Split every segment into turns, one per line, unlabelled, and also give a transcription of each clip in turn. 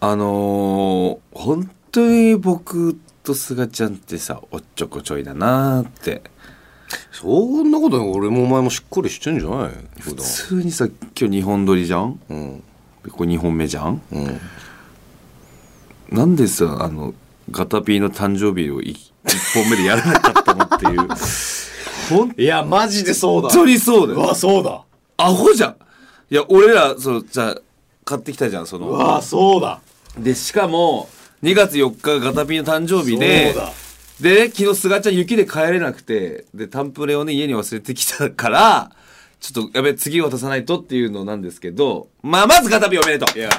あのー本当に僕と菅ちゃんってさおっちょこちょいだなーって
そんなことない俺もお前もしっかりしてんじゃない普
普
段
通にさ今日2本撮りじゃん
うん
でこれ2本目じゃん
うん
なんでさあのガタピーの誕生日を 1, 本目でやらなかったのって いう本
いやマジでそうだ
当にそうだよ
そうだ
アホじゃんいや俺らそのじゃあ買ってきたじゃんその
わそうだ
でしかも2月4日がガタピーの誕生日で
そうだ
で昨日すがちゃん雪で帰れなくてでタンプレをね家に忘れてきたからちょっとやべ次渡さないとっていうのなんですけどまあまずガタピーおめでとう
いや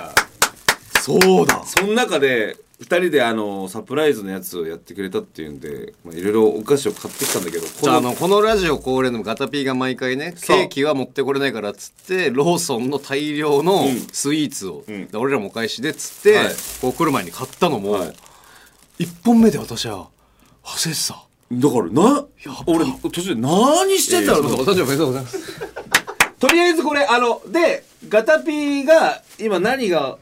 そうだ
その中で2人であのサプライズのやつをやってくれたっていうんでまあいろいろお菓子を買ってきたんだけど
じ
こ
ゃああ
の
のこのラジオ恒例のガタピーが毎回ね
そう
ケーキは持ってこれないからっつってローソンの大量のスイーツを、
ん
俺らもお返しでっつって、
はい
こう来る前に買ったのも、
はい
一本目で私は焦ってた
だからな俺途中で何してんだろうと思って
お誕生日おめでとうございます
とりあえずこれあのでガタピーが今何が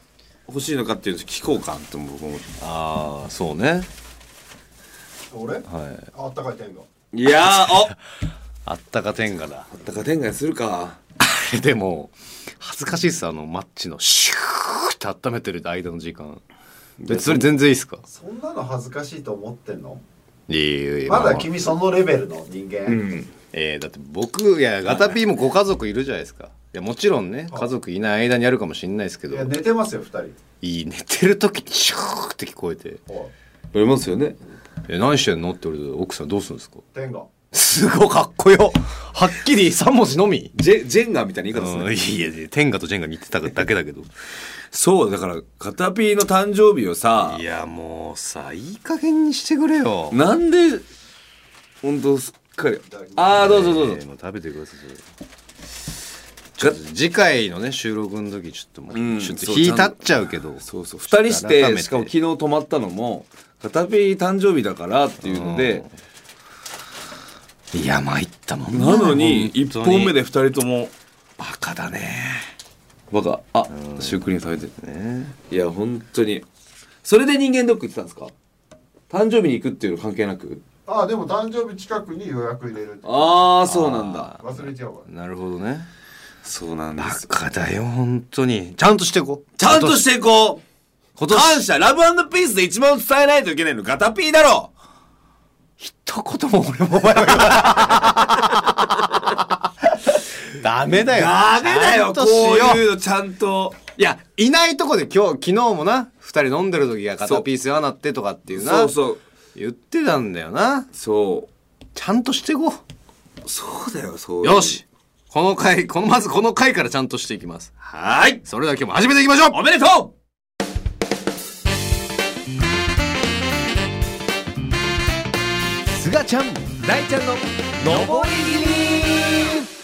欲しいのかっていうのを聞こうかって僕思って
ああそうね
俺、あったかい天が
いやーあ
あったか天下だ
だから天外するか
でも恥ずかしいっすあのマッチのシューって温めてる間の時間でそれ全然いいっすか
そんなの恥ずかしいと思ってんの
いえいえいえ
ま
あ
だ
あ
君そのレベルの人間、
えー、だって僕いやガタピーもご家族いるじゃないですかいやもちろんね家族いない間にあるかもしれないですけ
い
ど
や寝てますよ二人
いい寝てる時にシューって聞こえて
おい
ありますよね
「え何してんの?」って俺と奥さんどうするんですか
天が
すごいかっこよはっきり3文字のみ
ジェジェンガーみたいな言い方する
う
ね
んいやいや天下とジェンガ似てただけだけど
そうだからガタピーの誕生日をさ
いやもうさいい加減にしてくれよ
なんで本当すっかり
ただきます
ああどうぞどうぞ
えーもう食べてくださいそれちょっと次回のね収録の時ちょっともう、
うん
ちょっと
そう
引いたっちゃうけど
そうそう2人して
改めて
しかも昨日泊まったのもガタピー誕生日だからっていうので
いや参ったもんだ
なのに
本当
1本目で2人とも
バカだね
バカあシュークリーム食べてる
ね
いや本当にそれで人間ドック行ってたんですか誕生日に行くっていうの関係なく
ああでも誕生日近くに予約入れるって
ああそうなんだ
忘れちゃうわ
なるほどね
そうなんで
バ
す
カだよ本当にちゃんとしていこう
ちゃんとしていこう
今年
感謝ラブピースで一番伝えないといけないのガタピーだろ
一言も俺もお前は言わ ないダメだよ
ダメだよ
ちゃ
こう
んとし
いうのちゃんと
いやいないとこで今日昨日もな2人飲んでる時が
そう
片ピースやなってとかっていうな
そうそう
言ってたんだよな
そ
ちゃんとしてこ
うそうだよそう
う
いう
よしこの回このまずこの回からちゃんとしていきます
はーい
それでは今日も始めていきましょう
おめでと
すがちゃ
う
ん
大ちゃんののぼり気味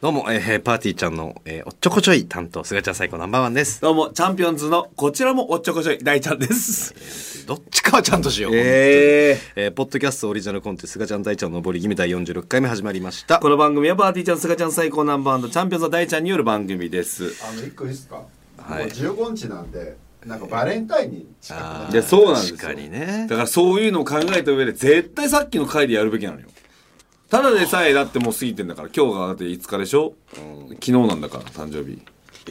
どうも、えー、パーティーちゃんの、えー、おっちょこちょい担当すがちゃん最高ナンバーワンです
どうもチャンピオンズのこちらもおっちょこちょい大ちゃんです
どっちかはちゃんとしよう、
ええ
えーポッドキャストオリジナルコンテンツすがちゃん大ちゃんのぼり気味第46回目始まりました
この番組はバーティーちゃん、スガちゃん最高ナンバーワンとチャンピオンの大ちゃんによる番組です。
あの一個いいっすか、
はい
もう15日なんでなんかバレンタインに近くなっ
あ
て
ー
いやそうなんですよ
確かにね
だからそういうのを考えた上で、絶対さっきの回でやるべきなのよ。ただでさえだってもう過ぎてんだから、今日がだって5日でしょ、昨日なんだから、誕生日。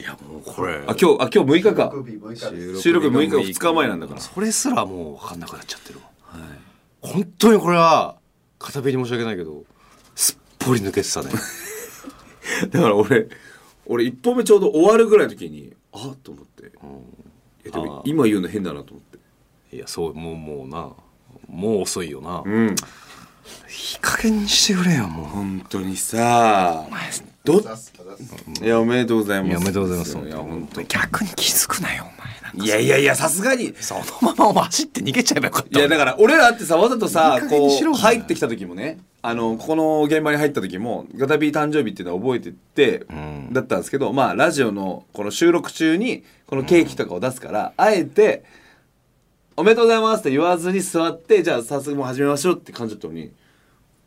いやもうこれ
あ、今日、あ、今日6日か。
6日6日です
収録6日2日前なんだから
それすらもう分かんなくなっちゃってるわ、本当にこれは片手に申し訳ないけどすっぽり抜けてたね
だから俺、俺1本目ちょうど終わるぐらいの時に、あっと思って。いやでも今言うの変だなと思って。
いやそうもうもうなもう遅いよな、い
うん。
い加減にしてくれよも
本当にさどっ
出す出す
いや、おめでとうございます。
いやおめでとうございます
いや、本当に。
逆に気づくなよお前なんか
いやいやいや、さすがに、
そのままお前走って逃げちゃえばよかっ
い
た
やだから俺らってさわざとさ
いい加減
こ
にしろ
う
お前
入ってきた時もねあのここの現場に入った時もガタビー誕生日っていうのは覚えてて、
ん
だったんですけどまあラジオのこの収録中にこのケーキとかを出すから、あえて「おめでとうございます」って言わずに座ってじゃあ早速もう始めましょうって感じだったの に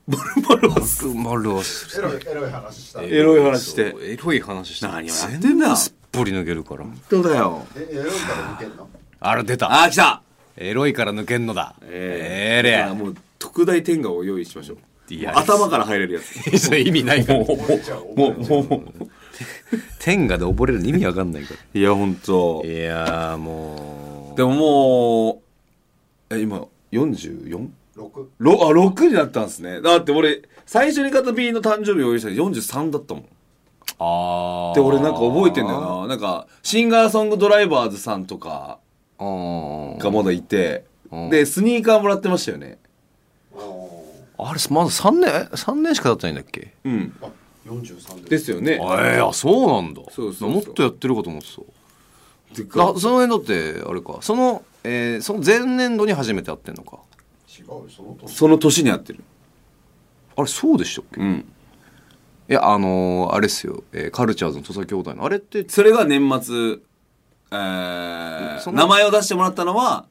ボロボロ
丸をす
エロいエロい話した
る
エロい話して
そうエロい話して
何をやってんだ
全部すっぽり抜けるから
当だよ
え、エロいから抜けんの
あら出た
あー来た
エロいから抜けんのだええ
じゃあもう特大天下を用意しましょう
いや
もう頭から入れるやつ
れそれ意味ないから
溺れちゃう
も
溺
う
れちゃう
もうも
天下で溺れるの意味わかんないか
ういや本当
らいやーもう
でももうえ今 44?
六
ろあ6になったんですねだって俺最初に片 B の誕生日を用意したの43だったもん
ああ
で俺なんか覚えてんだよななんかシンガーソングドライバーズさんとか
うん
がまだいて
うん
でスニーカーもらってましたよね
おー
あれまだ3年え三年しか経ってないんだっけ
うん
あ、四十三
で
です
よね
えー、あそうなんだ
そうそうそう
もっとやってるかと思ってた
て
だ
か
その辺だってあれかその,、えーその前年度に初めて会ってんのか
違うよその年
その年に合ってる
あれそうでしたっけ、い
うん
やあのーあれっすよ、えーカルチャーズの土佐兄弟のあれって
それが年末えー
その
名前を出してもらったのは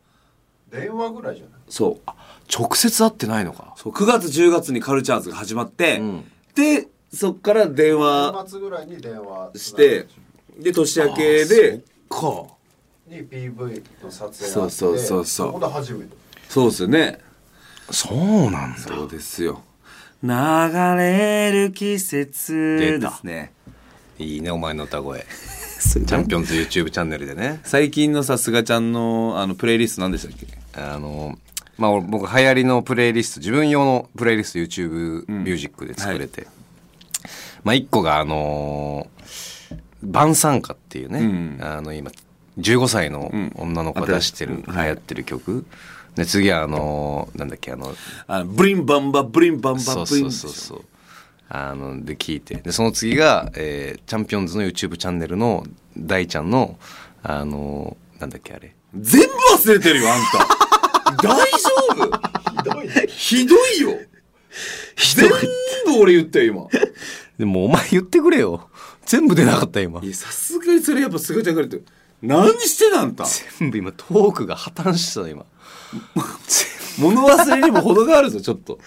電話ぐらいじゃない
そう
直接会ってないのか
そう9月10月にカルチャーズが始まって、
うん
でそっから電話
年末ぐらいに電話
してで年明けで
か
に PV の撮影が
そ
あって
うそうそうそう
ほんで初めて
そうですよね
そうなんだ
そうですよ流れる季節ですね
いいねお前の歌 声チャンピオンズ YouTube チャンネルでね
最近のさすがちゃんのあのプレイリスト何でしたっけ
あのーまあ俺僕流行りのプレイリスト自分用のプレイリスト YouTube ミュージックで作れて、まあ一個があのー晩餐歌っていうね、
うん
あの今15歳の女の子が出してる、流行ってる曲で次はあのーなんだっけあの
あのブリンバンバブリンバン
そ
バ
う
ブリ
そ
ン
うそうそうあので聞いてでその次が、えーチャンピオンズの YouTube チャンネルの大ちゃんのあのーなんだっけあれ
全部忘れてるよあん た大丈夫
ひどいね
ひどいよ全部俺言ったよ今
でもお前言ってくれよ全部出なかった今
いやさすがにそれやっぱすがちゃんから言って何してなん た
全部今トークが破綻してた今
物忘れにも程があるぞちょっと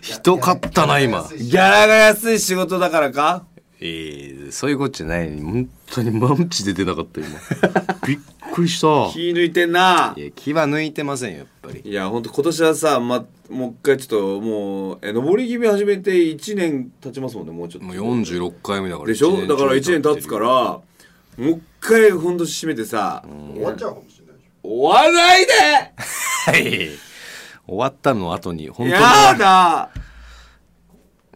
ひどかったな今
ギャラが安い仕事だからか
えー、そういうことじゃない本当にマンチで出なかっ た今びっくりした
気抜いてんない
や気は抜いてませんよやっぱり
いや本当今年はさ、ま、もう一回ちょっともうえ上り気味始めて1年経ちますもんねもうちょっと
もう46回目だから
でしょだから1年経つからもう一回本当締めてさ
終わっちゃうかもしれないでし
終わらないで
はい終わったの後に本当に
やだ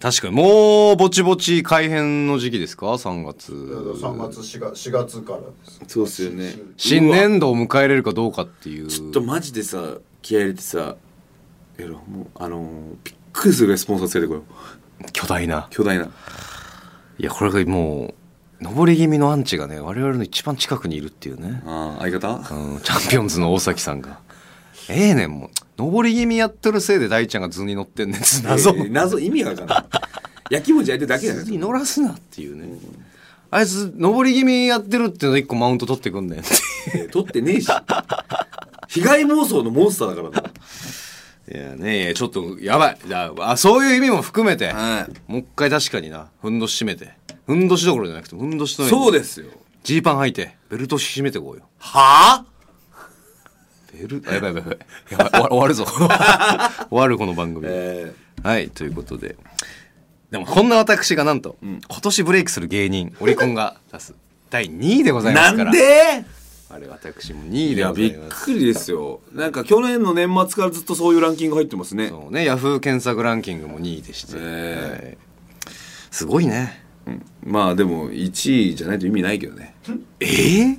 確かにもうぼちぼち改編の時期ですか3月
ょ三月四月四月からです
そうっすよね
新年度を迎えれるかどうかっていう
ちょっとマジでさ気合い入れてさやろうもうあのーびっくりするぐらいスポンサーつけてこよう
巨大な
巨大ない
やこれがもう上り気味のアンチがね我々の一番近くにいるっていうね、
あー相方
うん、チャンピオンズの大崎さんが「ええねんもう上り気味やってるせいで大ちゃんが図に乗ってんねん」って謎、
えー謎意味がわからない焼きもち焼いてるだけじゃない
図に乗らすなっていうね、あいつ上り気味やってるっていうの一個マウント取ってくんねんって
えー撮ってねえし被害妄想のモンスターだから
いやねいやちょっとやばいじゃああそういう意味も含めて、
な、はい、
もう一回確かになふんどし締めてふんどしどころじゃなくてふんどしの
そう
で
ですよ
ジーパン履いてベルト締めてこうよ
はあ
ベルあやばいやばいやばいやばい終わ終わるぞ 終わるこの番組、
え
はいということででもこんな私がなんと、今年ブレイクする芸人オリコンが出す 第2位でござ
ー、
います
な
から
んで
あれ私も2位
い
で
や
ござ
び
い
っ
ます
くりですよなんか去年の年末からずっとそういうランキング入ってますね
そうねヤフー検索ランキングも2位でして、
え
はいすごいね
まあでも1位じゃないと意味ないけどね
えー、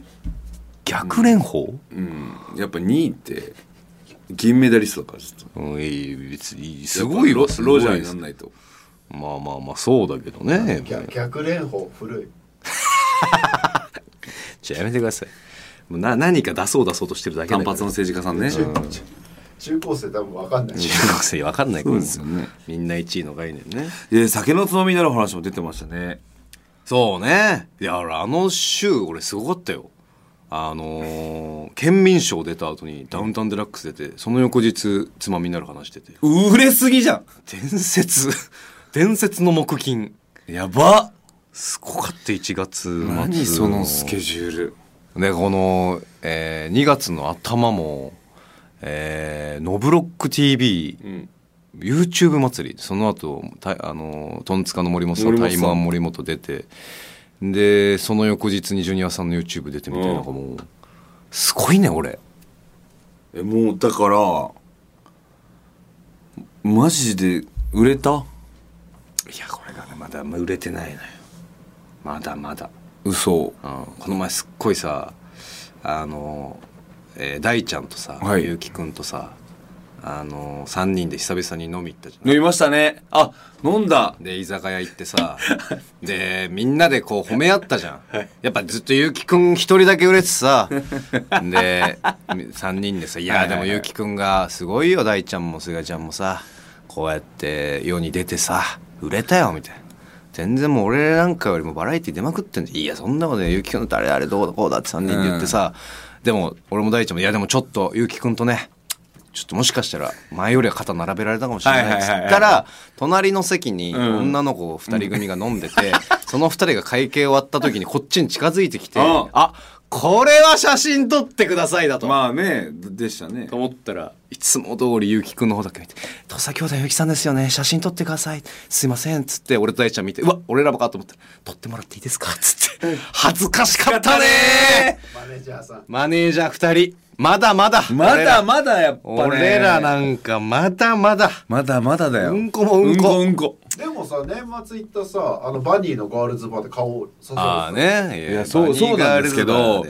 逆連邦、
うんやっぱ2位って銀メダリストだからちょっと
うん、いい別にいいすごいわ
ロ
すご
ロ
い
ジャー
で
にな
す
んないと
まあまあまあそうだけどね
逆逆連邦古い
じゃあやめてくださいもうな何か出そう出そうとしてるだけだ
単
から
発の政治家さんね
中中中高生多分わかんない
中学生わかんないから
そうですよね
みんな1位の概念ね
で酒のつまみになる話も出てましたね
そうねいや俺あの週俺すごかったよあのー県民賞出た後にダウンタウンデラックス出てその翌日つまみになる話してて
売れすぎじゃん
伝説伝説の木金
やば
すごかった1月末
何そのスケジュール
でこの、えー2月の頭も「えーノブロック TV」YouTube 祭りその後たあのトンツカの森本さん
森本
タ
さん
イマン森本出てでその翌日にジュニアさんの YouTube 出てみたいな,、
うん
なんかもうすごいね俺
えもうだからマジで売れた
いやこれがねまだ売れてないのよまだまだ
嘘
うんこの前すっごいさあの、えー大ちゃんとさ、
はい
ゆうきくんとさあの3人で久々に飲み行ったじゃない
飲みましたねあ飲んだ
で居酒屋行ってさでみんなでこう褒め合ったじゃん、やっぱずっとゆうきくん一人だけ売れてさで3人でさ「い
はい
や
はい
で
はい
もゆうきくんがすごいよ大ちゃんもすがちゃんもさこうやって世に出てさ売れたよ」みたいな。全然もう俺なんかよりもバラエティ出まくってんじゃんいやそんなことねゆうきくんとあれあれどうだこうだって3人で言ってさ、でも俺も大ちゃんもいやでもちょっとゆうきくんとねちょっともしかしたら前よりは肩並べられたかもしれないっつ
はいはい
っ
はい
た
はい
ら隣の席に女の子2人組が飲んで て、その2人が会計終わった時にこっちに近づいてきて、
うん
あこれは写真撮ってくださいだと。
まあねでしたね
と思ったらいつも通りゆうきくんの方だけ見て「土佐兄弟ゆうきさんですよね写真撮ってくださいすいません」っつって俺と大ちゃん見て「うわ俺らもか」と思ったら「撮ってもらっていいですか」っつって恥ずかしかったね
マネージャーさん
マネージャー2人まだまだ
ま
俺ら
だまだやっぱね
俺らなんかまだまだ
まだまだだよ
うんこもうんこ
うんこ
でもさ年末行ったさあのバニーのガールズバーで顔を誘
ああね
いやそうそうなんですけど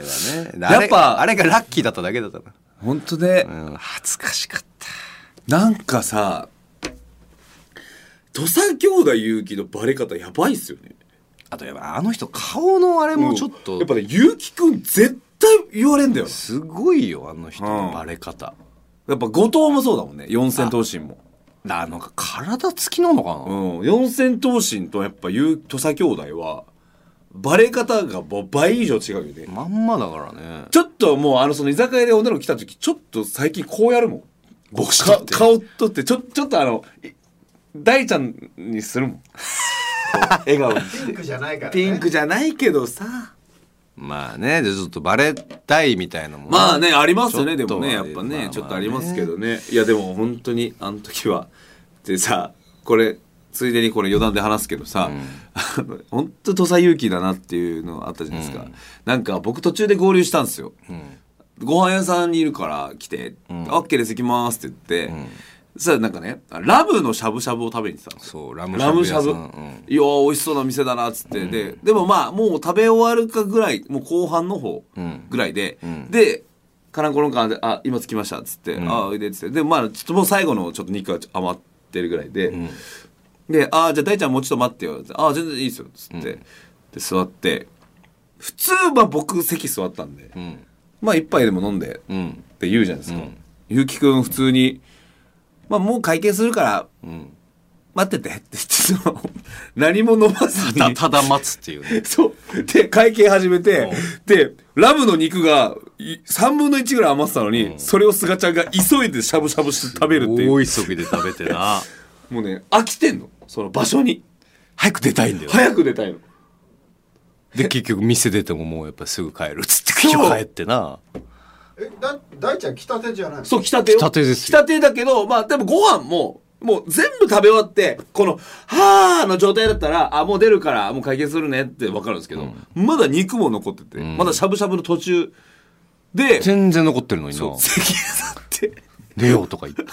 や
や
っ
っ
ぱ
ぱ
あれがラッキーだっただけだったな、
本当で、
うん、恥ずかしかった
なんかさ土佐兄弟勇気のバレ方やばいっすよね
あとやっぱあの人顔のあれもちょっと
やっぱね勇気くん絶対言われんだよ
すごいよあの人のバレ方、
やっぱ後藤もそうだもんね四千頭身も
あなんか体つきなのかな、
うん四千頭身とやっぱ勇土佐兄弟はバレ方がもう倍以上違うよね
まんまだからね
ちょっともうあのその居酒屋で女の子来た時ちょっと最近こうやるもん
僕
か顔取ってちょちょっとあのい大ちゃんにするもんこう 笑顔に
うピンクじゃないからね
ピンクじゃないけどさ
まあねでちょっとバレたいみたいなもん
まあねありますよね
ちょ
で
っと
も
は
ねやっぱ
まあまあ
ね
ね
ちょっとありますけどねいやでも本当にあの時はでさこれついでにこれ余談で話すけどさ、あの本当土佐勇気だなっていうのあったじゃないですか、なんか僕途中で合流したんですよ、ご飯屋さんにいるから来て「オッケーです行きます」って言って、そしたらなんかねラブのしゃぶしゃぶを食べに行ってたんですよ
そうラムシ
ラムし
ャ
ゃ
ブ
ぶ
屋さん
いやー美味しそうな店だなっつって、ででもまあもう食べ終わるかぐらいもう後半の方ぐらいで、でカランコロンカンで「あ今着きました」っつって「ああおいで」っつってでまあちょっともう最後のちょっと肉が余ってるぐらいで、で「ああじゃあ大ちゃんもうちょっと待ってよ」っつって「ああ全然いいですよ」っつって、で座って普通は僕席座ったんで、
ん
まあ一杯でも飲んで、
うんうん
って言うじゃないですか。ゆうきくん普通に、まあもう会計するから、待っててって言って、その、何も飲まず
た
に。
ただ待つっていうね
そう。で、会計始めて、で、ラムの肉がい3分の1ぐらい余ってたのに、それをすがちゃんが急いでしゃぶしゃぶして食べるっていう。
大急ぎで食べてな
もうね、飽きてんの。その場所に。
早く出たいんだよ
早く出たいの。
で結局店出てももうやっぱすぐ帰るっつって結局帰ってな
えだ大ちゃん来たてじゃないの
そう、来たてよ。
来たてです
来
よ
たてだけど、まあ、でもご飯も、もう全部食べ終わって、この、はーの状態だったら、あ、もう出るから、もう会計するねってわかるんですけど、まだ肉も残ってて、まだしゃぶしゃぶの途中で、
全然残ってるのにな
席座って、
出ようとか言って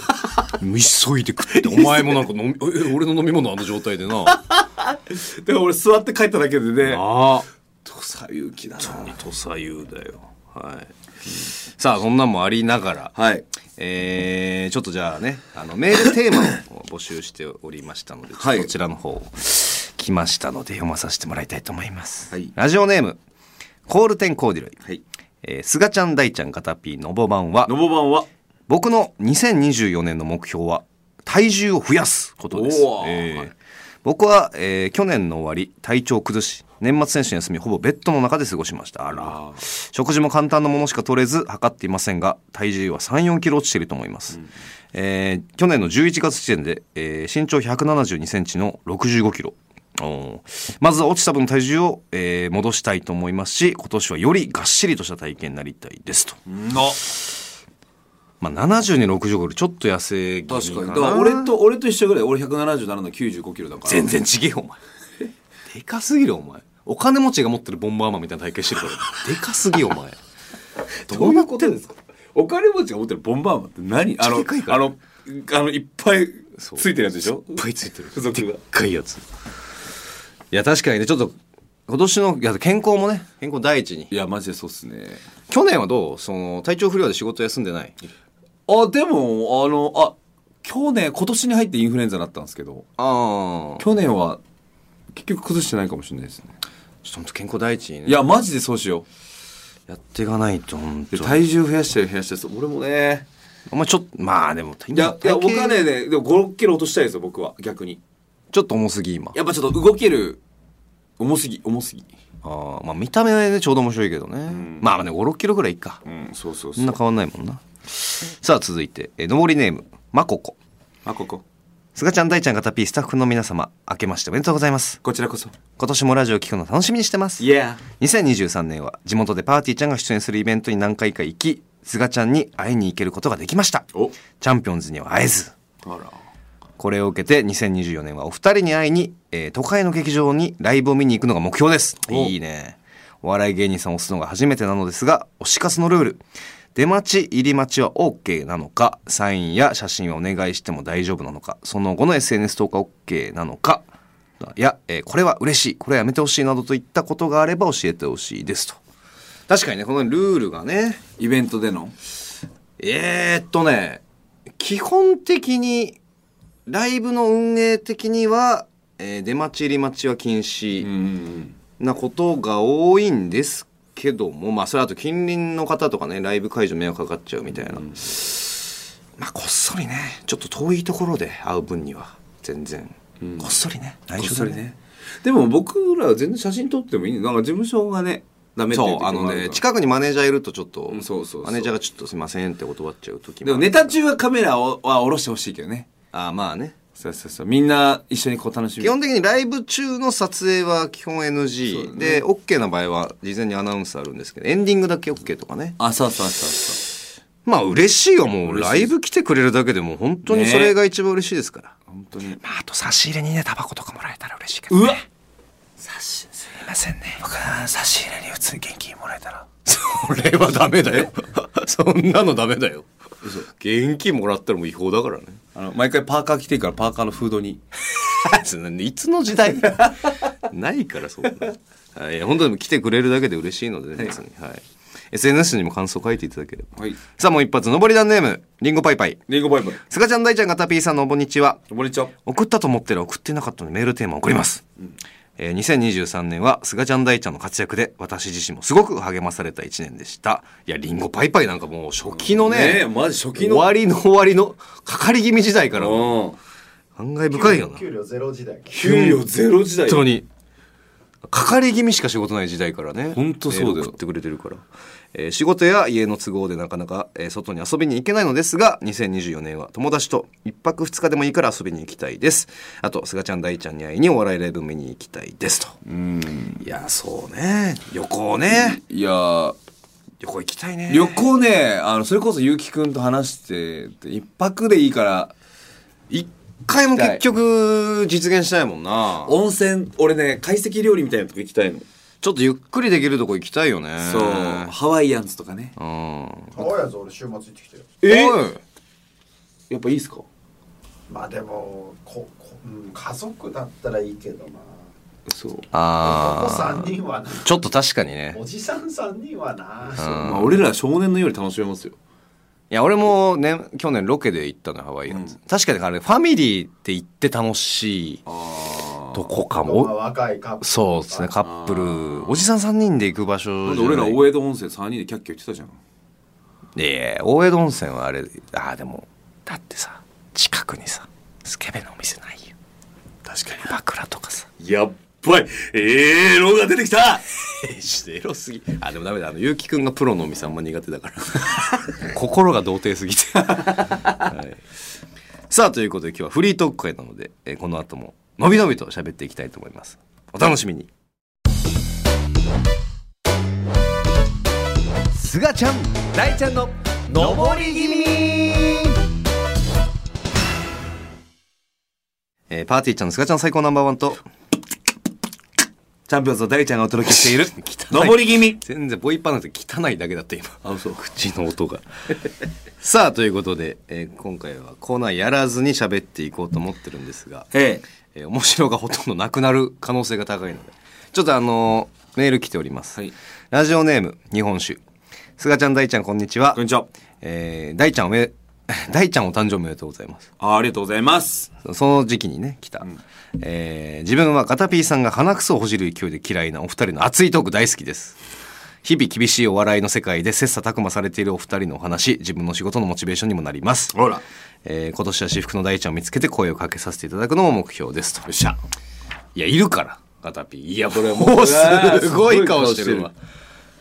急いで 食ってお前もなんか飲み え俺の飲み物あの状態でなな
で俺座って帰っただけでね、
あ
土佐勇気だな。
土佐優だよはいさあそんなんもありながら
はい。
えーちょっとじゃあねあのメールテーマを募集しておりましたので
はい
こちらの方来ましたので読まさせてもらいたいと思います、
はい
ラジオネームコールテンコーディロイ、
はい。
えー、すがちゃん大ちゃんガタピーのぼばんは
のぼばんは、
僕の2024年の目標は体重を増やすことです
お、ー
えー
はい
僕は、えー去年の終わり体調を崩し年末年始の休みほぼベッドの中で過ごしましたあら食事も簡単なものしか取れず測っていませんが体重は3 4キロ落ちていると思います、えー去年の11月時点で、えー身長1 7 2センチの6 5キロおーまず落ちた分の体重を、えー戻したいと思いますし今年はよりがっしりとした体型になりたいですと、
の
まあ、70に65よりちょっと痩せ気味
確か
か
に
な
だから俺と俺と一緒ぐらい俺177の95キロだから
全然ちげえよ お前でかすぎるお前お金持ちが持ってるボンバーマンみたいな体型してるか らでかすぎお前
どういうことですかお金持ちが持ってるボンバーマンって何あの
でかいから
あのあのいっぱい
そう
ついてるやつでしょ
いっぱいつい てる
付属が
でっかいやついや確かにねちょっと今年のいや健康もね健康第一に
いやマジでそうっすね
去年はどうその体調不良で仕事休んでない
あでもあのあ去年今年に入ってインフルエンザになったんですけど
ああ
去年は結局崩してないかもしれないですね
ちょっと本当健康第一にね
いやマジでそうしよ
やっていかないと本
うで
当
体重増やしたり増やしたりそう俺もね
あんまちょっとまあでも
いやい
体
や
型
僕はねねでも56キロ落としたいですよ僕は逆に
ちょっと重すぎ今
やっぱちょっと動ける重すぎ重すぎ
あーまあ見た目はねちょうど面白いけどね、
ん
まあね5 6キロぐらいいっか
うんそうそう
そんな変わんないもんなさあ続いてえのぼりネームまここ
あここ
すがちゃん大ちゃんガタピースタッフの皆様明けましておめでとうございます
こちらこそ
今年もラジオ聞くの楽しみにしてます
いや
2023年は地元でパーティーちゃんが出演するイベントに何回か行きすがちゃんに会いに行けることができました
お
チャンピオンズには会えず
あら
これを受けて2024年はお二人に会いに、えー都会の劇場にライブを見に行くのが目標です
お
いいねお笑い芸人さんを推すのが初めてなのですが推し活のルール出待ち入り待ちは OK なのかサインや写真はお願いしても大丈夫なのかその後の SNS 投稿 OK なのかいや、えーこれは嬉しいこれはやめてほしいなどといったことがあれば教えてほしいですと確かにねこのルールがね
イベントでの
えー、っとね、基本的に、ライブの運営的には、えー出待ち入り待ちは禁
う
止
ん
なことが多いんですけども、まあ、それあと近隣の方とかね、ライブ会場迷惑かかっちゃうみたいな。まあ、こっそりね、ちょっと遠いところで会う分には、全然、
うん
こっそりね、
こっ
内緒
そ
だ
りねでも僕らは全然写真撮ってもいいねなんか事務所がねダメって
そ
言っ
う、
て
あのね、近くにマネージャーいるとちょっと、
うんそうそうそう
マネージャーがちょっとすいませんって断っちゃう時
でも
も。
ネタ中はカメラをは下ろしてほしいけどね
あー、まあね。
そうそうそうみんな一緒にこう楽しみ
基本的にライブ中の撮影は基本 NG、
そうだね
で OK な場合は事前にアナウンスあるんですけどエンディングだけ OK とかね
あそうそうそうそ
まあ嬉しいよもう
嬉しい
ラ
です
イブ来てくれるだけでもう本当に
ね
それが一番嬉しいですから、
う本当に
まああと差し入れにねタバコとかもらえたら嬉しいけ
うわ
すいませんね僕は差し入れに普通現金もらえたらそれはダメだよそんなのダメだよ現金もらったらもう違法だからね
あの毎回パーカー着てるからパーカーのフードに
そん ないつの時代 ないからそんな、はい、本当に来てくれるだけで嬉しいのでね別に、はい SNS にも感想書いていただければ、
はい
さあもう一発上り段ネームりんごパイパイ
リンゴバイバイ
すがちゃん大ちゃんがたぴーさんのおぼにちは
こんにちは
送ったと思ったら送ってなかったのでメールテーマを送ります、えー2023年はすがちゃん大ちゃんの活躍で私自身もすごく励まされた1年でしたいやりんごパイパイなんかもう初期のね,、
えマジ初期
終
の
わりの終わりのかかり気味時代から
うん
感慨深いよな
給料ゼロ時代
給料ゼロ時代
本当にかかり気味しか仕事ない時代からね
本当そうだよ
メール送ってくれてるから、えー仕事や家の都合でなかなか、えー外に遊びに行けないのですが2024年は友達と1泊2日でもいいから遊びに行きたいですあとすがちゃん大ちゃんに会いにお笑いライブ見に行きたいですと
うん
いやそうね旅行ね
いやー
旅行行きたいね
旅行ねあのそれこそ結城くんと話してて一泊でいいから
一回も結局実現したいもんな
温泉俺ね懐石料理みたいなとこ行きたいの、
ちょっとゆっくりできるとこ行きたいよね
そうハワイアンズとかね
うん
ハワイアンズ俺週末行ってきてる
え
おい
やっぱいいっすか
まあでもここ、うん、家族だったらいいけどな
そう
あ
男
あ
3人はな
ちょっと確かにね
お。じさん3人はな
まあ、俺ら少年のように楽しめますよ
いや、俺もね、去年ロケで行ったのよハワイアンズ。確かにあれ、ファミリーって行って楽しい
あ
とこか
まあ
も。
若いカップル
そうですね、カップル。おじさん3人で行く場所
なん
じ
で
ゃない。
俺ら大江戸温泉3人でキャッキャ言ってたじゃん
いやいや大江戸温泉はあれ、あーでも、だってさ、近くにさ、スケベのお店ないよ。確かに。枕とかさ。
やっばいええー、ロが出てきた
してエロすぎ。あ、でもダメだ。あの、ゆうきくんがプロのお 店あんま苦手だから。心が童貞すぎて。はいさあということで今日はフリートーク会なので、えーこの後ものびのびと喋っていきたいと思いますお楽しみにすがちゃん大ちゃんの上り気味えーパーティーちゃんのすがちゃん最高ナンバーワンと
チャンピオンズの大ちゃんがお届けしてい る
汚い
上り気味
全然ボイパなんて汚いだけだって今
あそう
口の音がさあということで、えー今回はコーナーやらずに喋っていこうと思ってるんですが、
ええ
えー面白がほとんどなくなる可能性が高いのでちょっとあのーメール来ております、
はい
ラジオネーム日本酒すがちゃん大ちゃんこんにちは
こんにちは
えー大ちゃんおめ 大ちゃんお誕生日おめでとうございます
あありがとうございます
その時期にね、来た。えー自分はガタピーさんが鼻くそをほじる勢いで嫌いなお二人の熱いトーク大好きです。日々厳しいお笑いの世界で切磋琢磨されているお二人のお話、自分の仕事のモチベーションにもなります。
ほら
えー今年は私服の大ちゃんを見つけて声をかけさせていただくのも目標ですと。よっしゃ。いや、いるから、ガタピー。いや、これはもう、すごい顔してるわ。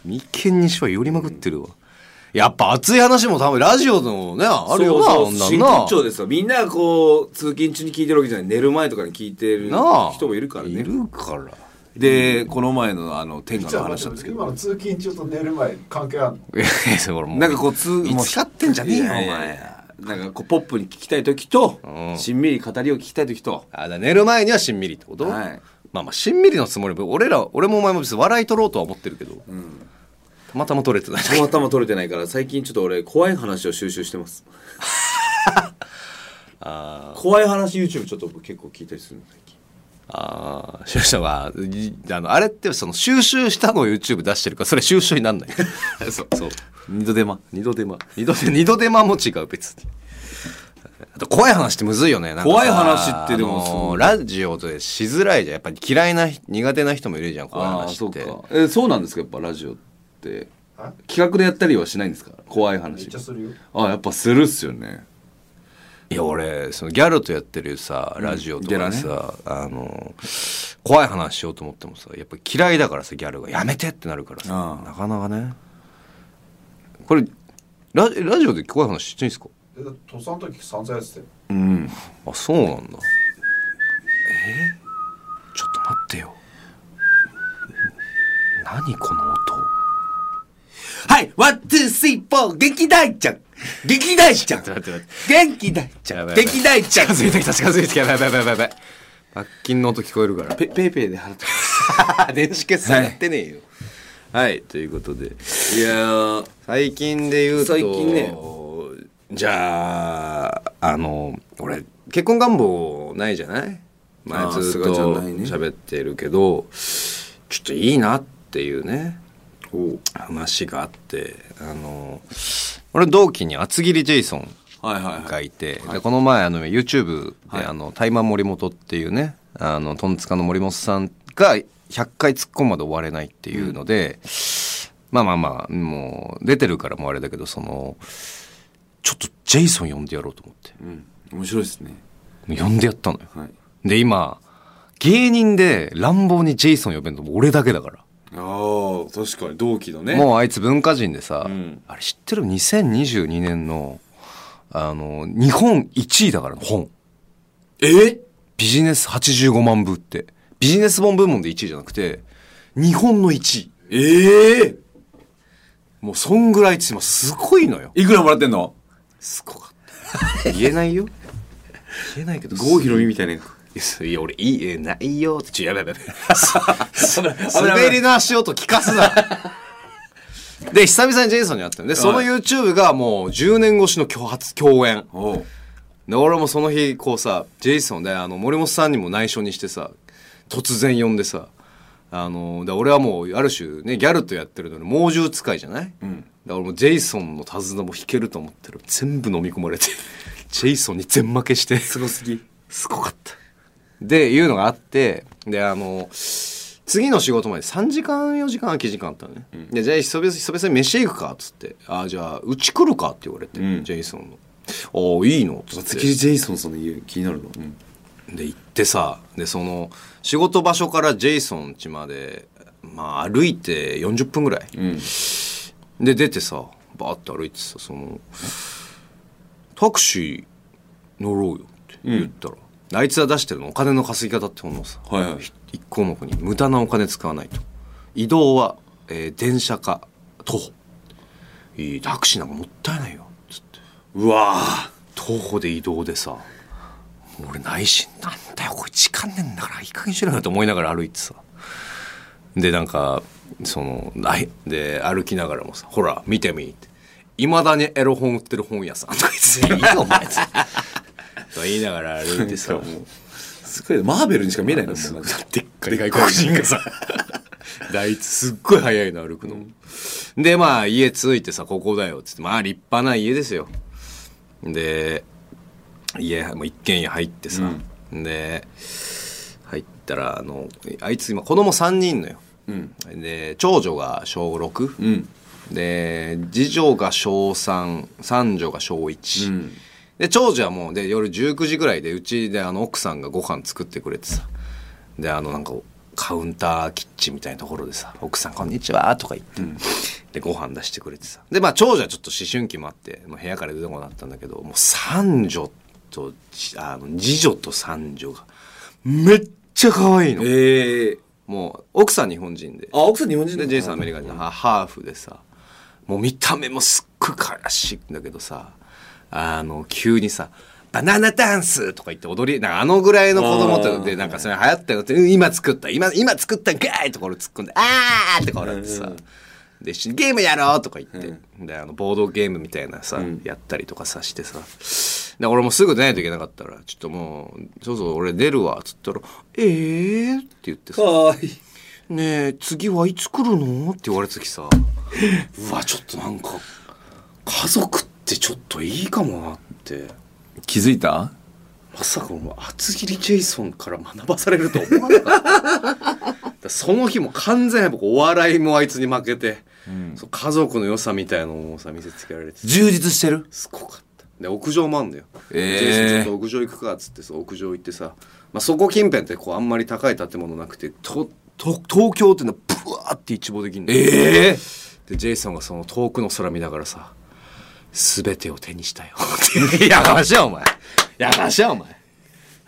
眉間にしわ寄りまくってるわ。やっぱ熱い話も多分ラジオのね、あるよな、
そうそう
女
真
のな
骨頂ですよみんながこう通勤中に聞いてるわけじゃない寝る前とかに聞いてる
なあ
人もいるから
い
ね
るから
でこの前のあの天下
じゃ
の
あ
話
待
なん
っ
です
て
けど
今の通勤中と寝る前関係あるの
いやいやそれもう
なんかこうつ
見つかってんじゃねえよお
いやい
前
やいやなんかこうポップに聞きたい時と
うん
しんみり語りを聞きたい時と
あだから寝る前にはしんみりってこと、
はい
まあまあしんみりのつもりも俺ら俺もお前も別に笑い取ろうとは思ってるけど、たまたま取れてない
その頭取れてないから最近ちょっと俺怖い話を収集してます
あ
怖い話 YouTube ちょっと結構聞いたりするの最近
ーあー収集はいあのあれってその収集したのを YouTube 出してるからそれ収集にな んないそうそう
二度手間
二度手間二度手二度手間も違う別にあと怖い話ってむずいよねなんかさ
怖い話ってでも
あ
そ
の
の
ーラジオでしづらいじゃんやっぱり嫌いな苦手な人もいるじゃん怖い
ああー
話
そ
っ
うか
て
えそうなんですかやっぱラジオって
あ
企画でやったりはしないんですか怖い
めっ
話
ちゃするよ
あやっぱするっすよね
いや俺そのギャルとやってるさラジオとかで
ギ
さ、あの怖い話しようと思ってもさやっぱ嫌いだからさギャルが「やめて!」ってなるからさ
ああ
なかなかねこれラジラジオで怖い話していいんですか
えだって土佐の時散々やってたよ
うん
あそうなんだえーちょっと待ってよ何この音
はいワンツースリーフォー劇大ちゃん劇大ちゃん
待って待って
元気大ち
ちゃ
ゃ
や
ん
ばいやばい
劇大ちゃん
近づいてきた近づいてきたやばいやばいやばいやばい罰金の音聞こえるから
ペペイペイで払って
電子決済やってねえよ。はい、ということで
いやー
最近で言うと
最近ね
じゃああの俺結婚願望ないじゃない前
あー
ずっ
菅ちゃん
と
ないね
喋ってるけど、ちょっといいなっていうね
お
話があってあの俺同期に厚切りジェイソン
はいはいは
が
い
いて、でこの前あの YouTube で、あのタイマン森本っていうねあのトンツカの森本さんが100回突っ込むまで終われないっていうので、まあまあまあもう出てるからもうあれだけどそのちょっとジェイソン呼んでやろうと思っ
うん面白いですね
て呼んでやったのよ
はい
で今芸人で乱暴にジェイソン呼べるの俺だけだから
ああ確かに同期のね
もうあいつ文化人でさ、
うん
あれ知ってる2022年のあの日本1位だから本
え
ビジネス85万部って。ビジネス本部門で1位じゃなくて、日本の1位。
ええ
もうそんぐらい今すごいのよ。
いくらもらってんの
すごかった。言えない よ。言えないけど。
郷ひ
い
ろみみたいな
や、いや俺言えないよって。ちょ、やべ やべやべ。
危ない
滑りの足音聞 かすな。で、久々にジェイソンに会ったんで、その
はい
YouTube がもう10年越しの共発共演。
おう
で俺もその日こうさジェイソンであの森本さんにも内緒にしてさ突然呼んでさあので俺はもうある種ねギャルとやってるのに猛獣使いじゃない、だから俺もジェイソンの手綱も引けると思ってる全部飲み込まれてジェイソンに全負けして
すごすぎ
すごかった。で、いうのがあって、で、あの、次の仕事まで3時間、4時間、空き時間あったのね。で、じゃあ、久々久々に飯行くかっつって、ああ、じゃあ、うち来るかって言われて、
うん
ジェイソンの。ああ、いいのっつって
厚切りジェイソンさんの家気になるのうん
で行ってさでその仕事場所からジェイソン家まで、まあ、歩いて40分ぐらい、
ん
で出てさバーッて歩いてさそのタクシー乗ろうよって言ったら、あいつは出してるのお金の稼ぎ方って本のさ、
はいはい
一項目に無駄なお金使わないと移動は、えー電車か徒歩いいタクシーなんかもったいないよつって
うわー
徒歩で移動でさ俺内心なんだよこれ時間ねえんだからいい加減にしろよと思いながら歩いてさでなんかそのないで歩きながらもさ「ほら見てみ」って「いまだにエロ本売ってる本屋さん」とか言って「いいよお前」って と言いながら歩いてさ
なんかもうすごいマーベルにしか見えないのもうなんか
でっかい外国人 がさあいつすっごい速いの歩くの、でまあ家着いてさここだよっつってまあ立派な家ですよで家もう一軒家入ってさ、で入ったらあのあいつ今子供3人のよ
うん
で長女が小
う
6、
ん
で次女が小3三女が小1、
うん
で長女はもうで夜19時ぐらいでうちであの奥さんがご飯作ってくれてさであのなんかカウンターキッチンみたいなところでさ「奥さんこんにちは」とか言って、でご飯出してくれてさでまあ長女はちょっと思春期もあってもう部屋から出てこなかったんだけどもう三女とじあの次女と三女がめっちゃ可愛いの、
ええ
もう奥さん日本人で
あ奥さん日本人
で
だ
ジェイさんアメリカ人のハハーフでさもう見た目もすっごいからしいんだけどさあの急にさ「バナナダンス!」とか言って踊りなんかあのぐらいの子供
あ
と
ー
でなんかそれ流行ったよって「うん今作った今今作ったんかい!」とか俺突っ込んで「あー!」とか笑ってさで一緒にゲームやろうとか言って、であのボードゲームみたいなさ、やったりとかさしてさで俺もすぐ出ないといけなかったからちょっともう「そうそう俺出るわ」っつったら「えー?」って言って
か
さ
わいい
ねえ次はいつ来るのって言われた時さ うわちょっとなんか家族ってちょっといいかもなって
気づいた
まさか俺も厚切りジェイソンから学ばされるとは思わなかっただから その日も完全に僕お笑いもあいつに負けて、その家族の良さみたいなのをさ見せつけられて
充実してる
すごかったで屋上もあんだよ、
ええ
ジェイソンちょっと屋上行くかっつってそう屋上行ってさ、まあ、そこ近辺ってこうあんまり高い建物なくてとと東京ってのはブワーって一望できるんだよ
ええ
でジェイソンがその遠くの空見ながらさ「全てを手にしたよ」って やかましいわお前やかましいわお前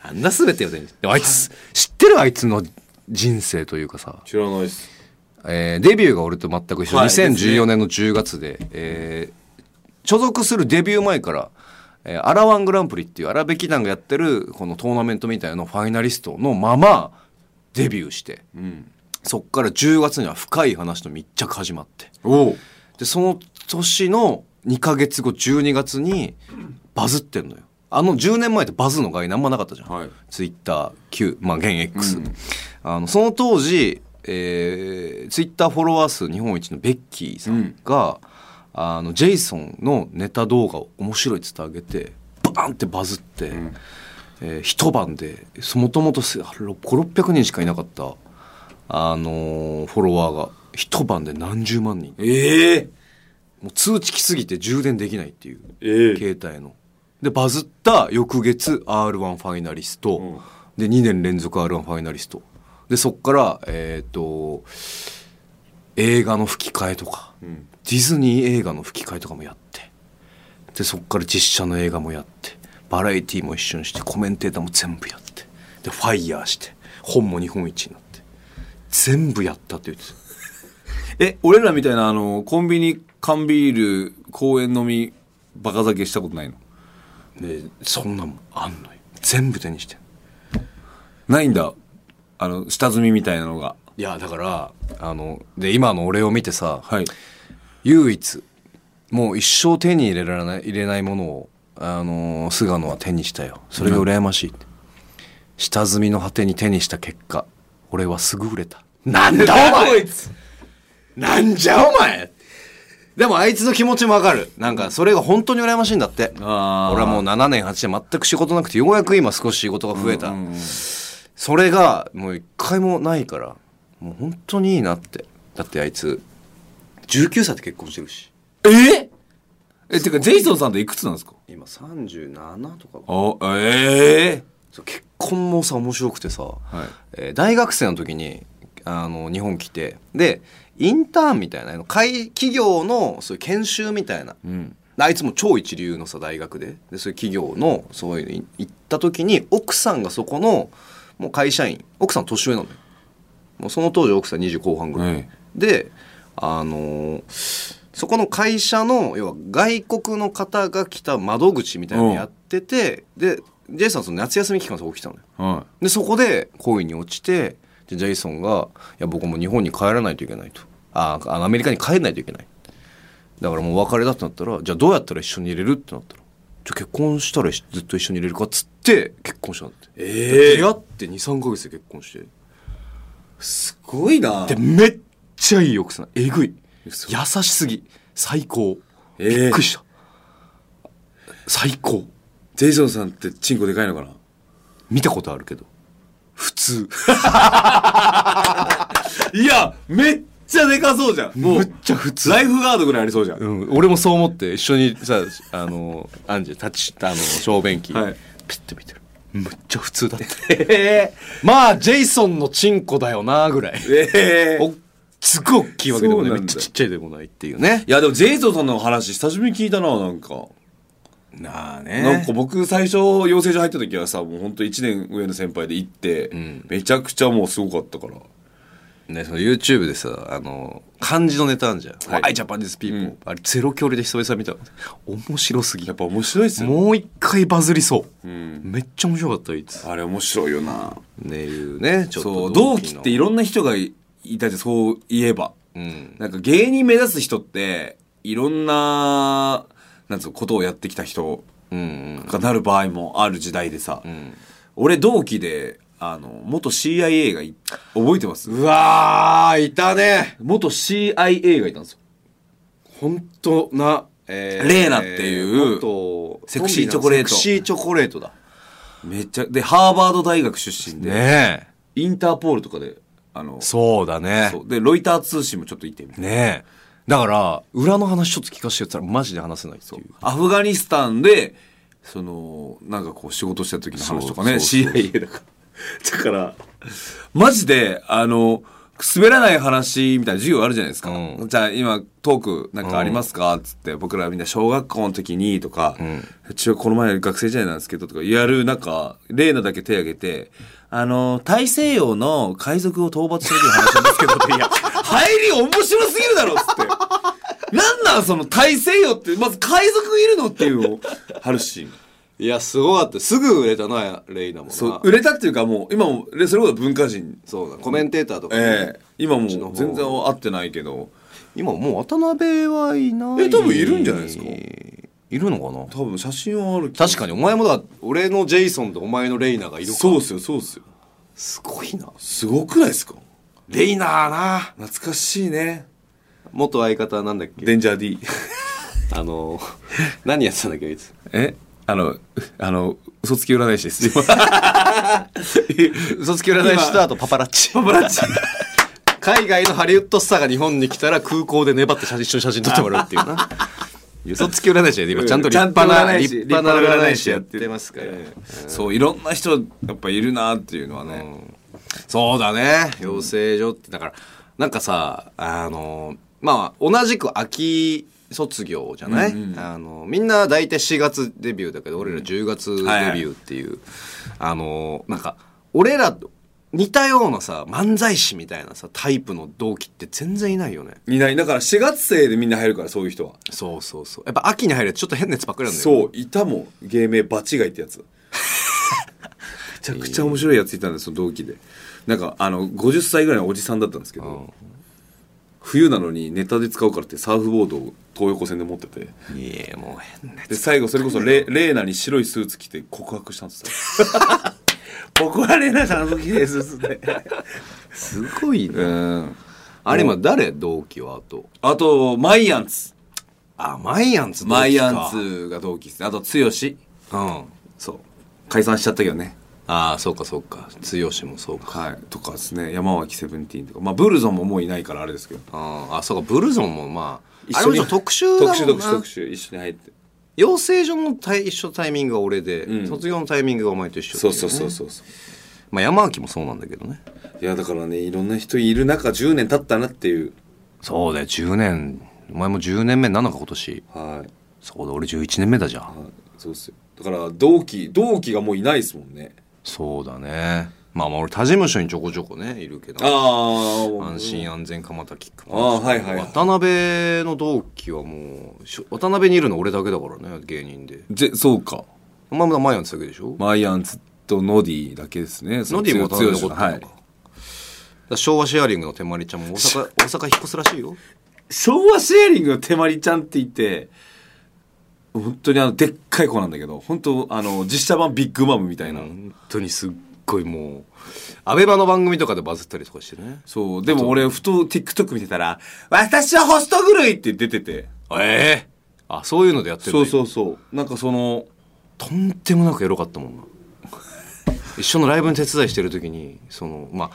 あんな全てを手にしたあいつ知ってるあいつの人生というかさ
知らないっす
えーデビューが俺と全く一緒、
はい
2014年の10月で、えー所属するデビュー前から、えーアラワングランプリっていう荒べき団がやってるこのトーナメントみたいなのファイナリストのままデビューして、そっから10月には深い話と密着始まって
おう
でその年の2ヶ月後12月にバズってんのよあの10年前ってバズの概念あんまなかったじゃん、
はい
ツイッター Q まあ現 X、あのその当時、えー、ツイッターフォロワー数日本一のベッキーさんが、あのジェイソンのネタ動画を面白いっつってあげてバーンってバズって、えー一晩でもともと500600人しかいなかった、あのーフォロワーが一晩で何十万人
ええ
もう通知来すぎて充電できないっていう、
ええ
携帯のでバズった翌月 r 1ファイナリスト、
ん
で2年連続 r 1ファイナリストでそっからえっ、と映画の吹き替えとか、
ん
ディズニー映画の吹き替えとかもやってでそっから実写の映画もやってバラエティーも一緒にしてコメンテーターも全部やってでファイヤーして本も日本一になって全部やったって言ってた
え俺らみたいなあのコンビニ缶ビール公園飲みバカ酒したことないの
でそんなもんあんのよ全部手にしてんの
ないんだあの下積みみたいなのが
いやだからあので今の俺を見てさ、
はい
唯一もう一生手に入れられない入れないものをあのー菅野は手にしたよそれが羨ましいって、下積みの果てに手にした結果俺はすぐ売れたなんだお前なんじゃお前でもあいつの気持ちもわかるなんかそれが本当に羨ましいんだって俺
あー
はもう7年8年全く仕事なくてようやく今少し仕事が増えた、それがもう一回もないからもう本当にいいなってだってあいつ19歳で結婚してるし
ええてかジェイソンさんっていくつなんですか
今37とか
あええ
そう結婚もさ面白くてさ、
はい
えー大学生の時にあの日本来てでインターンみたいなあの会企業のそういう研修みたいな
うん
あいつも超一流のさ大学ででそういう企業のそういうのに行った時に奥さんがそこのもう会社員奥さん年上なのよもうその当時奥さん20後半ぐらい、
はい
であのーそこの会社の要は外国の方が来た窓口みたいなのやってて、でジェイさんその夏休み期間そこ来たのよ
は
でそこで恋に落ちてでジェイソンが「いや僕もう日本に帰らないといけないと」ああのアメリカに帰らないといけないだからもうお別れだってなったらじゃあどうやったら一緒にいれるってなったらじゃあ結婚したらしずっと一緒にいれるかっつって結婚したんだって、
ええ
出会って23か月で結婚して
すごいな
でめっちゃいい奥さんえぐい
嘘
優しすぎ最高、
ええ
びっくりした最高
ジェイソンさんってチンコでかいのかな
見たことあるけど普通
いやめっちゃでかそうじゃんも
む
う
っちゃ普通
ライフガードぐらいありそうじゃん、
うん、俺もそう思って一緒にさあのアンジェ立ちあの小便器、
はい
ピッて見てるむっちゃ普通 だったまあジェイソンのチンコだよなぐらい
ええ
おすっごい大きいわけでもない
そう
め
なんだ
っちゃちっちゃいでもないっていうね
いやでもジェイソンさんの話久しぶりに聞いたななんか、
なあね
なんか僕最初養成所入った時はさもうほんと1年上の先輩で行って、
ん
めちゃくちゃもうすごかったから
ね、その YouTube でさあの漢字のネタあんじゃん「
はい
Why Japanese People、
うん
あれゼロ距離で久々見たの面白すぎ
やっぱ面白いっすよね
もう一回バズりそう、
ん
めっちゃ面白かったあいつ
あれ面白いよな
ねいうねちょっと
そう同期
の
っていろんな人がいいたじゃんそういえば
うん
なんか芸人目指す人っていろんななんつうのことをやってきた人
うんうん
がなる場合もある時代でさ、
ん
俺同期であの元 CIA がい覚えてます
うわーいたね
元 CIA がいたんですよ
本当な、え
レーナっていう
元
セクシーチョコレート
セクシーチョコレートだ
めっちゃでハーバード大学出身で、
ね
インターポールとかであの
えそうだね
そうでロイター通信もちょっといてみたいな
ねえだから裏の話ちょっと聞かせてやったらマジで話せないっていう
アフガニスタンでそのなんかこう仕事した時の話とかね
そうそうそう
CIA だからだから マジであの滑らない話みたいな授業あるじゃないですか、
うん
じゃあ今トークなんかありますか、っつって僕らみんな小学校の時にとか、中この前学生時代なんですけどとかやる中レーナだけ手挙げてあの大西洋の海賊を討伐するという話なんですけど っていや入り面白すぎるだろっつってなんなんその大西洋ってまず海賊いるのっていうのあるし
いやすごかったすぐ売れたなレイナもな
そう売れたっていうかもう今もでそれこそ文化人
そうだコメンテーターとかね、
ええ今も
ちの方
う全然会ってないけど
今もう渡辺はいない
え多分いるんじゃないですか
いるのかな
多分写真はある
確か
に
にお前もだ俺のジェイソンとお前のレイナがいるか
そうっすよそうっすよ
すごいな
すごくないですか
レイナーな
懐かしいね
元相方なんだっけ
デンジャー D
あの 何やってたんだっけあいつ
えあの、あの、嘘つき占い師です。
嘘つき占いした後パパラッチ
パパラッチ。
海外のハリウッドスターが日本に来たら空港で粘って写真一緒に写真撮ってもらうってい うな嘘つき占い師で今ちゃんと立派な、
うんちゃんと占い師
立派な
立派な
占
占
い
い
師
師
や
や
っ
ってて
ますから、
そう、いろんな人、やっぱいるなっていうのはね。
そうだね養成所ってだからなんかさあのまあ同じく秋卒業じゃない、
うんうん
あのみんな大体4月デビューだけど俺ら10月デビ
はい
ュ
はい
ーっていう、あのなんか俺らと似たようなさ漫才師みたいなさタイプの同期って全然いないよね
いない。だから4月生でみんな入るから、そういう人は。
そうそうそうやっぱ秋に入るとちょっと変なやつばっかりなんだよ
そう、いたもん。芸名、場違いってや つ。めちゃくちゃ面白いやついたんですよ、同期で。なんか、あの、50歳ぐらいのおじさんだったんですけど、冬なのにネタで使うからってサーフボードを東横線で持ってて。
うんいやもう変なや
で
つ
最後それこそレレーナに白いスーツ着て告白したんですよ 僕はレーナさんの時ですっつって
すごいね
うん
あれ今誰同期はあと
あとマイアンツ
あマイアンツ同期か
マイアンツが同期ですねあと剛
うん
そう解散しちゃったけどね
ああそうかそうか剛もそうか
はいとかですね山脇セブンティーンとかまあブルゾンももういないからあれですけど
あーあそうかブルゾンもまああれ
緒
も
に
ちょっと特集だもんな
特集特集特集一緒に入って
養成所のタイ一緒タイミングが俺で、
ん
卒業のタイミングがお前と一緒って
そ
いうね
そうそうそうそう
まあ山脇もそうなんだけどね
いやだからねいろんな人いる中10年経ったなっていう
そうだよ10年お前も10年目になんのか今年
はい
そうだ俺11年目だじゃん
はいそうっすよだから同期同期がもういないですもんね
そうだねまあまあ俺他事務所にちょこちょこねいるけど
ああ
安心安全鎌田キック
あーはいはいはい
渡辺の同期はもうしょ渡辺にいるの俺だけだからね芸人で
ぜそうか
お前も前やってたわけでしょ、
マイアンツとノディだけですね
ノディも渡辺残ってんのか,、
はい
だから昭和シェアリングの手まりちゃんも大阪大阪引っ越すらしいよ
昭和シェアリングの手まりちゃんって言って本当にあのでっかい子なんだけど本当あの実写版ビッグマムみたいな、
本当にすっごいもうアベマの番組とかでバズったりとかしてね
そうでも俺ふと TikTok 見てたら「私はホスト狂い!」って出てて
ええあそういうのでやってる
そうそうそうなんかその
とんでもなくエロかったも んな一緒のライブに手伝いしてる時にそのまあ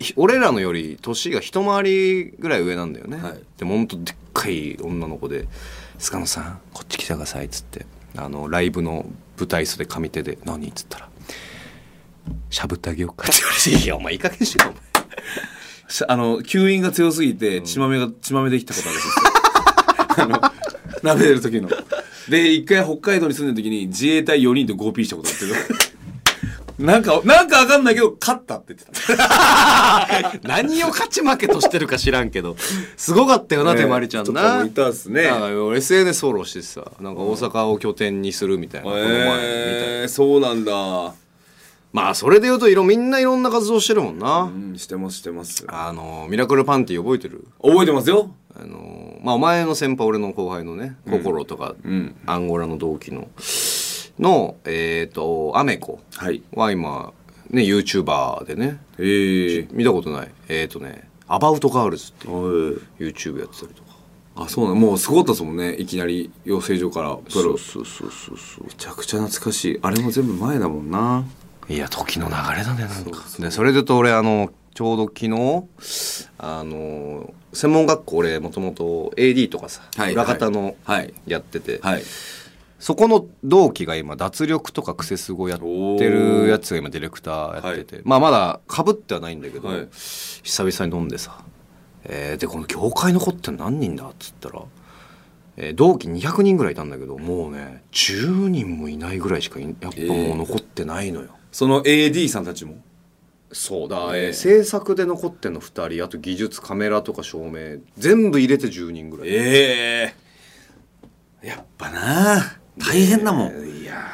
ひ俺らのより年が一回りぐらい上なんだよね、
はい
でもほんとでっかい女の子で「塚野さんこっち来てください」っつってあのライブの舞台袖上手で「何?」っつったら「しゃぶってあげようか」って言われて「いやお前いい加減しろお前
しあの吸引が強すぎて血まめが血まめできたことあるんですよ あの鍋出る時ので一回北海道に住んでる時に自衛隊4人で 5P したことあるんですけど なんかなんかわかんないけど勝ったって言ってた
何を勝ち負けとしてるか知らんけどすごかったよな、
ね
てまりちゃん
ちょっと
な
もういたっすね
なんか俺 SNS フォローしてさなんか大阪を拠点にするみたいな、この前みたいな
えー、そうなんだ、
まあそれで言うといろみんないろんな活動してるもんな、
うん、してますしてます
あのミラクルパンティ覚えてる
覚えてますよ
あのまあお前の先輩俺の後輩のね心とか、
うん
アンゴラの同期ののえっ、とアメコ
はい
は今ね YouTuber でね
えー、
見たことないえっ、とね「アバウトガールズ」っていう
おい
YouTube やってたりとか
あそうなんもうすごかったですもんねいきなり養成所からプロ
そうそうそうそう
めちゃくちゃ懐かしいあれも全部前だもんない
や時の流れだねなんかでそれで言うと俺あのちょうど昨日あの専門学校俺もともと AD とかさ、
はい
裏方の
はい
やってて、
はい
そこの同期が今脱力とかクセスゴやってるやつが今ディレクターやってて、まあまだかぶってはないんだけど、
はい
久々に飲んでさ、えーでこの業界の子って何人だっつったら、えー同期200人ぐらいいたんだけどもうね10人もいないぐらいしかいやっぱもう残ってないのよ。
その AD さんたちも
そうだ、え
え
ー
え
制作で残ってんの2人あと技術カメラとか照明全部入れて10人ぐらい
ええやっぱなあ大変だもん
いや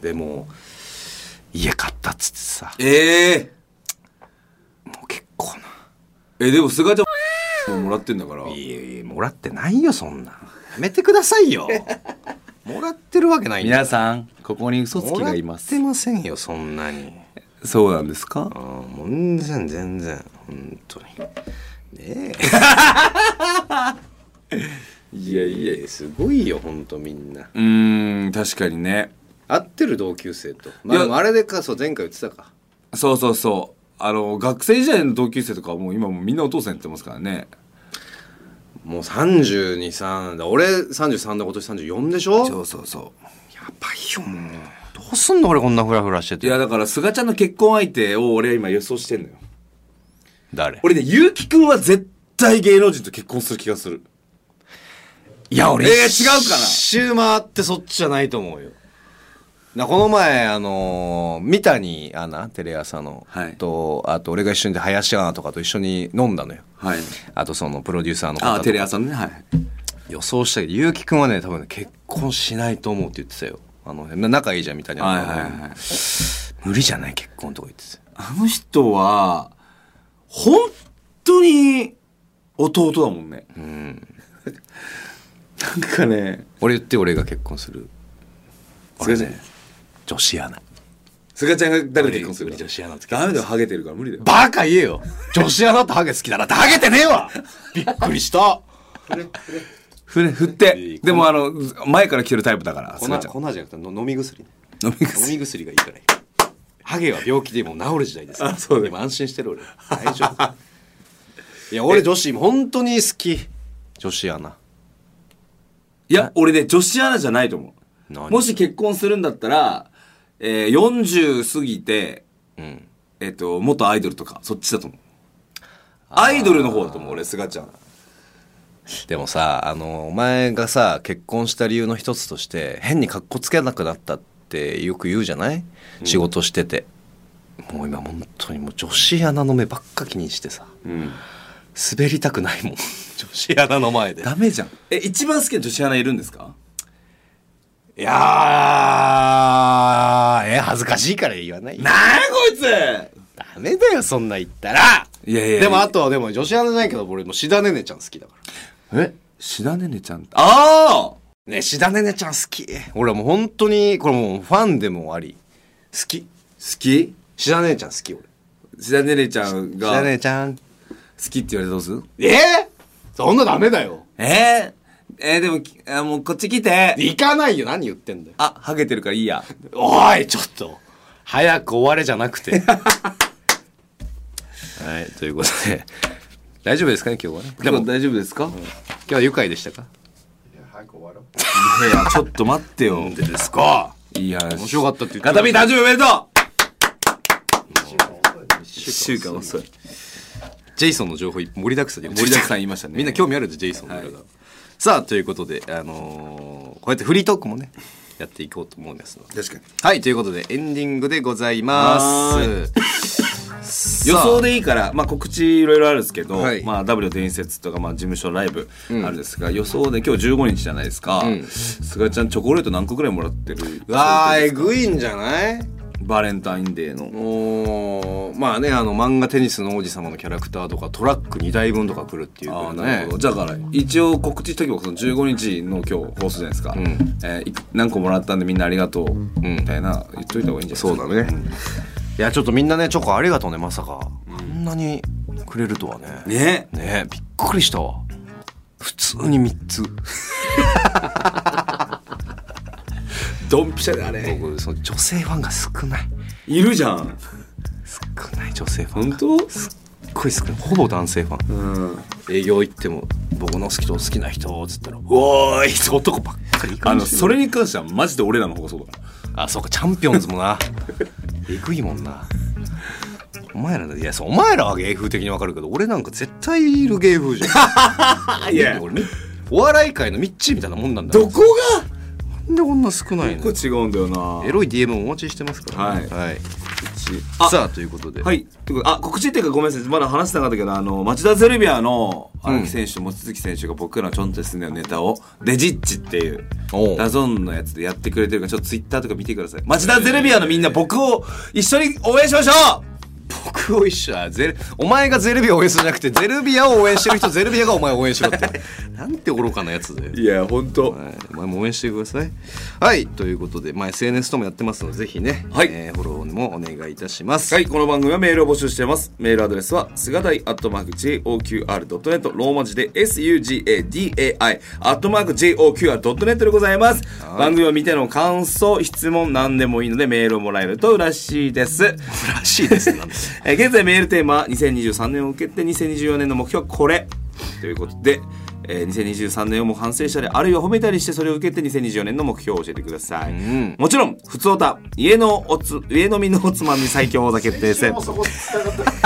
ーでも家買ったっつってさ
ええ
もう結構な
えでも菅ちゃんももらってんだから
いやいやもらってないよそんなやめてくださ いよもらってるわけないんだ
皆さんここに嘘つきがいます
もらってませんよそんなに
そうなんですか
あーもう全然全然本当にねえ
いやいや
すごいよ本当みんな
うーん確かにね
合ってる同級生と、まあ、
いや
でもあれでかそう前回言ってたか
そうそうそうあの学生時代の同級生とかはもう今もうみんなお父さんやってますからね
もう323だ俺33だ今年34でしょや
うそうそう
ばいよもうどうすんの俺こんなフラフラして
いやだから菅ちゃんの結婚相手を俺は今予想してんのよ
誰
俺ね結城くんは絶対芸能人と結婚する気がする
いや俺
えー違うかな
一周回ってそっちじゃないと思うよなこの前あのー三谷アナテレ朝の、
はい
とあと俺が一緒に林アナとかと一緒に飲んだのよ
はい
あとそのプロデューサーの
あ
方
テレ
と
朝のねはい
予想したけど結城くんはね多分ね結婚しないと思うって言ってたよあのな仲いいじゃんみたいな、
はいはいはい
無理じゃない結婚とか言ってたよ
あの人は、本当に弟だもんね。なんかね、
俺言って俺が結婚する
菅ちゃん、
女子アナ
菅ちゃんが誰と結婚する
無理無理女子アナと結婚
ダメだよ、ハゲてるから無理だよ。
バカ言えよ女子アナとハゲ好きだなってハゲてねえわびっくりした
ふれ、振って。でもあの、前から来てるタイプだから、
粉
菅ちゃん。
じゃなくての飲み薬ね
飲み薬
飲み薬がいいからハゲは病気でも治る時代です
あそうだよ
今安心し てる俺大丈夫いや俺女子本当に好き女子アナ
いや、俺ね、女子アナじゃないと思
何
う。もし結婚するんだったら、えー、40過ぎて、
うん
えっ、と、元アイドルとか、そっちだと思う。アイドルの方だと思う、俺、菅ちゃん。
でもさあのお前がさ結婚した理由の一つとして変に格好つけなくなったってよく言うじゃない仕事してて、もう今本当にもう女子アナの目ばっか気にしてさ
うん
滑りたくないもん 女子アナの前で
ダメじゃんえ一番好きな女子アナいるんですか
いやーえ恥ずかしいから言わないよ
なあこいつ
ダメだよそんな言ったら
いやいや
でもあとはでも女子アナじゃないけど俺もシダネネちゃん好きだから
えしだねねちゃんああ
ねシダネネちゃん好き俺はもう本当にこれもうファンでもあり好き
好き
シダネネちゃん好き俺
しだねねちゃん
シダ
が
ネ
好
ネちゃん
きって言われたらどうする
えー、そんなダメだよ
えー、えー、でもきあもうこっち来て
行かないよ何言ってんだよ
あハゲてるからいいや
おいちょっと早く終われじゃなく てはいということで大丈夫ですかね今日はね
でも大丈夫ですか、い
今日は愉快でしたか
いや早く終わろう
やいやちょっと待ってよ
でですか
いや面
面白かったって言って
ガタビ誕生日おめでとう
一
1週間遅い
ジェイソンの情報い盛りだくさん
盛りだくさん言いましたね
みんな興味あるでジェイソンの裏が、さあということで、あのーこうやってフリートークもねやっていこうと思うんですので
確かに
はいということでエンディングでございます
は
さあ
予想でいいから、まあ、告知いろいろあるんですけど、
はい
まあ、W 伝説とか、まあ、事務所ライブあるんですが、予想で今日15日じゃないですか、
ん
菅ちゃんチョコレート何個ぐらいもらってる
うわあえぐいんじゃない
バレンタインデーの
おーまあねあの漫画「テニスの王子様」のキャラクターとかトラック2台分とか来るっていう
ああな
ぐ
る
らい
ほ
ね
ど、じゃあだから一応告知した時はその15日の今日放送じゃないですか、
ん
えーい何個もらったんでみんなありがとう、みたいな言っといた方がいいんじゃないですか
そうだね、いやちょっとみんなねチョコありがとうねまさか、あんなにくれるとはね
ね
ねえびっくりしたわ普通に3つ
ドンピシャであれ
僕その女性ファンが少ない
いるじゃん
少ない女性ファン
本
が
当
すっごい少ないほぼ男性ファン
うん
営業行っても僕の好きと好きな人っつったら「おーい!」って男ばっかり行く
あ
ん
の
ですよ
それに関してはマジで俺らの方がそうだから
あそうか チャンピオンズもなえぐいもんなお前らだいやそうお前らは芸風的にわかるけど俺なんか絶対いる芸風じゃん
いや
俺みお笑い界のミッチーみたいなもんなんだ
どこが
なんでこんな少ないの
これ違うんだよな
エロい DM もお待ちしてますからねはい、
あ
さあということで、
はい。ということであ、告知っていうかごめんなさい。まだ話してなかったけど、あの、町田ゼルビアの荒木選手と望月選手が僕らのちょんとすんねのネタを、デジッチっていう、
おう
ダゾーンのやつでやってくれてるから、ちょっとツイッターとか見てください。町田ゼルビアのみんな僕を一緒に応援しましょ
僕を一緒あゼルお前がゼルビアを応援するんじゃなくてゼルビアを応援してる人ゼルビアがお前を応援しろってなんて愚かなやつだよ
ういや、ほんと。
はいお前も応援してくださいはいということで、まあ、SNS ともやってますのでぜひね、
はい
えーフォローもお願いいたします、
はい、この番組はメールを募集しています。メールアドレスは、すがだい、アットマーク、JOQR.net、ローマ字で、SUGADAI、アットマーク、JOQR.net でございます。番組を見ての感想、質問、何でもいいので、メールをもらえると嬉しいです。
らしいですなんて
えー現在メールテーマは2023年を受けて2024年の目標はこれということで、えー2023年をもう反省したりあるいは褒めたりしてそれを受けて2024年の目標を教えてください、
ん
もちろん普通おた家のおつ家飲みのおつまみ最強王座決定
一応
戦
もうそこ繋がった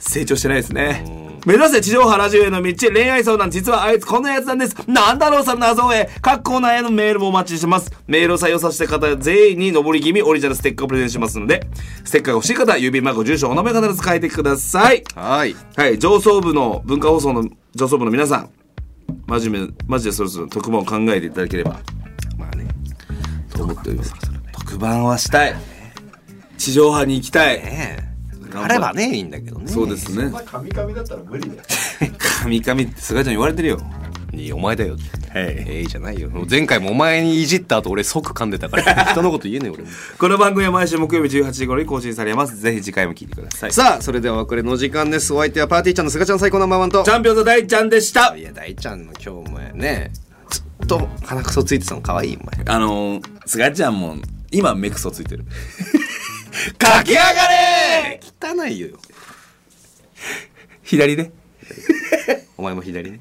成長してないですね目指せ地上波ラジオへの道恋愛相談実はあいつこんなやつなんですなんだろうさ謎へ各コーナーへのメールもお待ちしてますメールを採用させた方全員に上り気味オリジナルステッカーをプレゼントしますのでステッカーが欲しい方は郵便番号住所お名前必ず書いてください
はい
はい、上層部の文化放送の上層部の皆さん、真面目、マジでそろそろ特番を考えていただければ
まあね
と思っております。特番はしたい。地上波に行きたい。
ええ
張れ
あればねいいんだけどね
そうですね
ま。あ神々だったら無理だよ
神々って菅ちゃん言われてるよ。
いいお前だよって
はい
ええじゃないよもう前回もお前にいじった後俺即噛んでたから人のこと言えねえ俺も
この番組は毎週木曜日18時頃に更新されます。ぜひ次回も聞いてください。チ
さあそれではお別れの時間ですお相手はパーティーちゃんのすがちゃん最高ナンバーワンと
ャンピオンの大ちゃんでした
い。や大ちゃんの今日お前ねずっと鼻くそついてたの可愛いお前
あのー、菅ちゃんも今目くそついてる。 駆け上がれ
汚いよ
左ね。
お前も左ね